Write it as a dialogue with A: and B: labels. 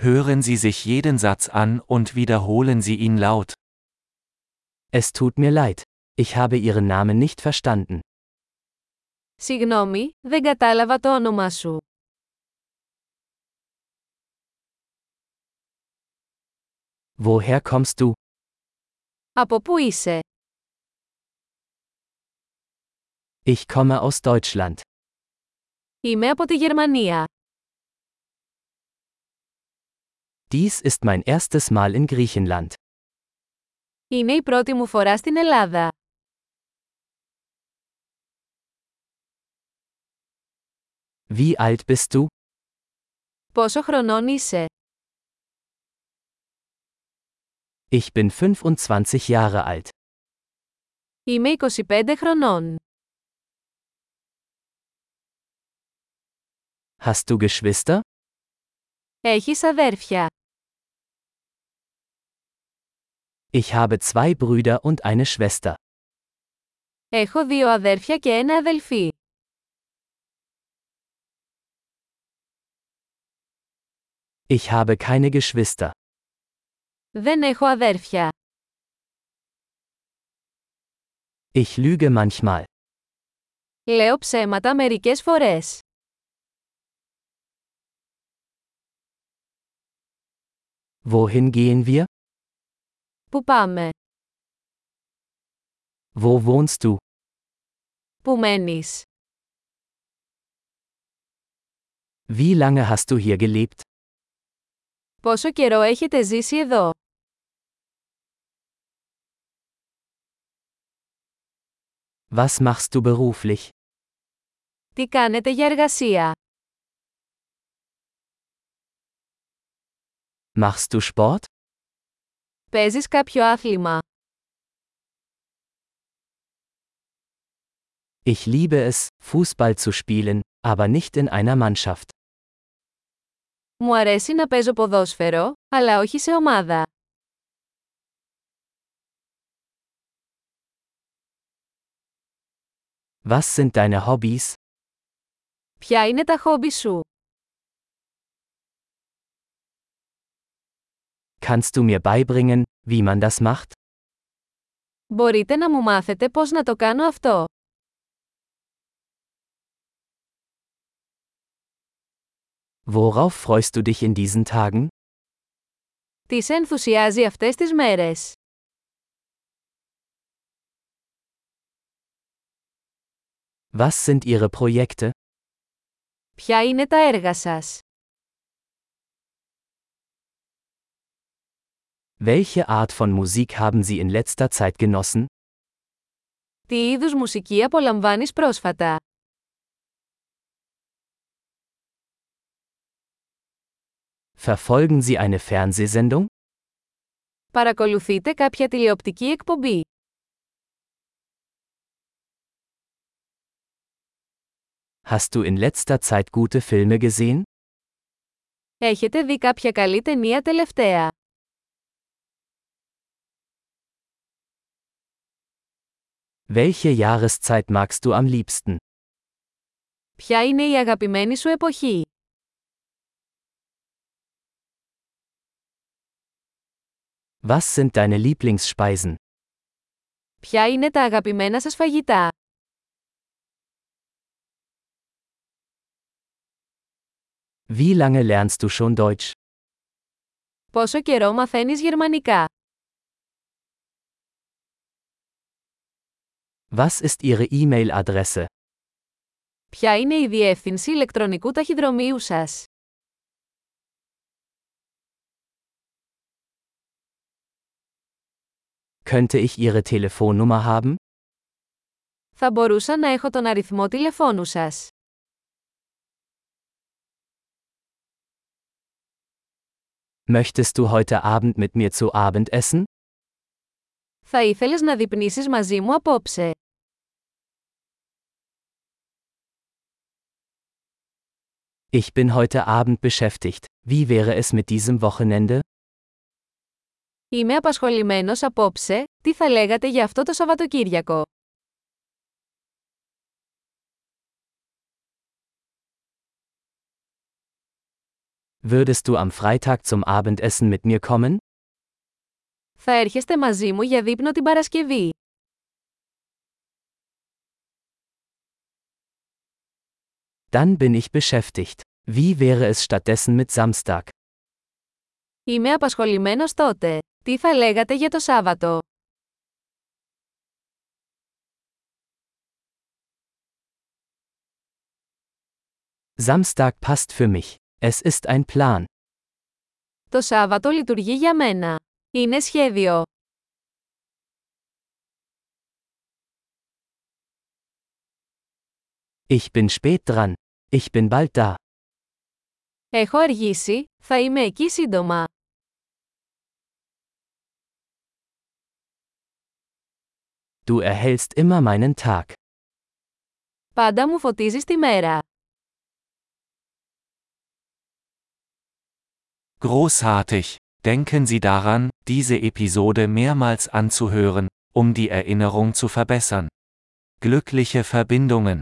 A: Hören Sie sich jeden Satz an und wiederholen Sie ihn laut.
B: Es tut mir leid. Ich habe Ihren Namen nicht verstanden.
C: Συγγνώμη, δεν κατάλαβα το όνομά σου.
B: Woher kommst du?
C: Από πού είσαι?
B: Ich komme aus Deutschland.
C: Είμαι από τη Γερμανία.
B: Dies ist mein erstes Mal in Griechenland.
C: Είναι η πρώτη μου φορά στην Ελλάδα.
B: Wie alt bist du?
C: Πόσο χρονών είσαι?
B: Ich bin 25 Jahre alt.
C: Είμαι 25 χρονών.
B: Hast du Geschwister?
C: Έχεις αδέρφια.
B: Ich habe zwei Brüder und eine Schwester.
C: Έχω δύο αδέρφια και ένα αδελφή.
B: Ich habe keine Geschwister.
C: Δεν έχω αδέρφια.
B: Ich lüge manchmal.
C: Λέω ψέματα μερικές φορές.
B: Wohin gehen wir?
C: Πού πάμε?
B: Wo wohnst du?
C: Πού μένεις?
B: Wie lange hast du hier gelebt?
C: Πόσο καιρό έχετε ζήσει εδώ?
B: Was machst du beruflich?
C: Τι κάνετε για εργασία?
B: Machst du Sport?
C: Παίζεις κάποιο άθλημα?
B: Ich liebe es, Fußball zu spielen, aber nicht in einer Mannschaft.
C: Μου αρέσει να παίζω ποδόσφαιρο, αλλά όχι σε ομάδα.
B: Was sind deine Hobbys?
C: Ποια είναι τα χόμπι σου?
B: Kannst du mir beibringen, wie man das macht?
C: Μπορείτε να μου μάθετε πώς να το κάνω αυτό.
B: Worauf freust du dich in diesen Tagen?
C: Τι σε ενθουσιάζει αυτές τις μέρες?
B: Was sind ihre Projekte?
C: Ποια είναι τα έργα σας?
B: Welche Art von Musik haben sie in letzter Zeit genossen?
C: Τι είδους μουσική απολαμβάνεις πρόσφατα?
B: Verfolgen sie eine Fernsehsendung?
C: Παρακολουθείτε κάποια τηλεοπτική εκπομπή.
B: Hast du in letzter Zeit gute Filme gesehen?
C: Έχετε δει κάποια καλή ταινία τελευταία.
B: Welche Jahreszeit magst du am liebsten?
C: Ποια είναι η αγαπημένη σου εποχή?
B: Was sind deine Lieblingsspeisen?
C: Ποια είναι τα αγαπημένα σας φαγητά?
B: Wie lange lernst du schon Deutsch?
C: Πόσο καιρό μαθαίνεις γερμανικά?
B: Was ist ihre E-Mail-Adresse?
C: Ποια είναι η διεύθυνση ηλεκτρονικού ταχυδρομείου σας?
B: Könnte ich ihre Telefonnummer haben?
C: Θα μπορούσα να έχω τον αριθμό τηλεφώνου σας.
B: Möchtest du heute Abend mit mir zu Abend essen?
C: Θα ήθελες να διπνήσεις μαζί μου απόψε.
B: Ich bin heute Abend beschäftigt. Wie wäre es mit diesem Wochenende?
C: Είμαι απασχολημένος απόψε, τι θα λέγατε για αυτό το Σαββατοκύριακο.
B: Würdest du am Freitag zum Abendessen mit mir kommen?
C: Θα έρχεστε μαζί μου για δείπνο την Παρασκευή.
B: Dann bin ich beschäftigt. Wie wäre es stattdessen mit Samstag?
C: Είμαι απασχολημένος τότε. Τι θα λέγατε για το Σάββατο?
B: Samstag passt für mich. Es ist ein Plan.
C: Το Σάββατο λειτουργεί για μένα. Είναι σχέδιο.
B: Ich bin spät dran. Ich bin bald da.
C: Έχω αργήσει, θα είμαι εκεί σύντομα.
B: Du erhellst immer meinen Tag.
C: Πάντα μου φωτίζεις τη μέρα.
A: Großartig! Denken Sie daran, diese Episode mehrmals anzuhören, um die Erinnerung zu verbessern. Glückliche Verbindungen!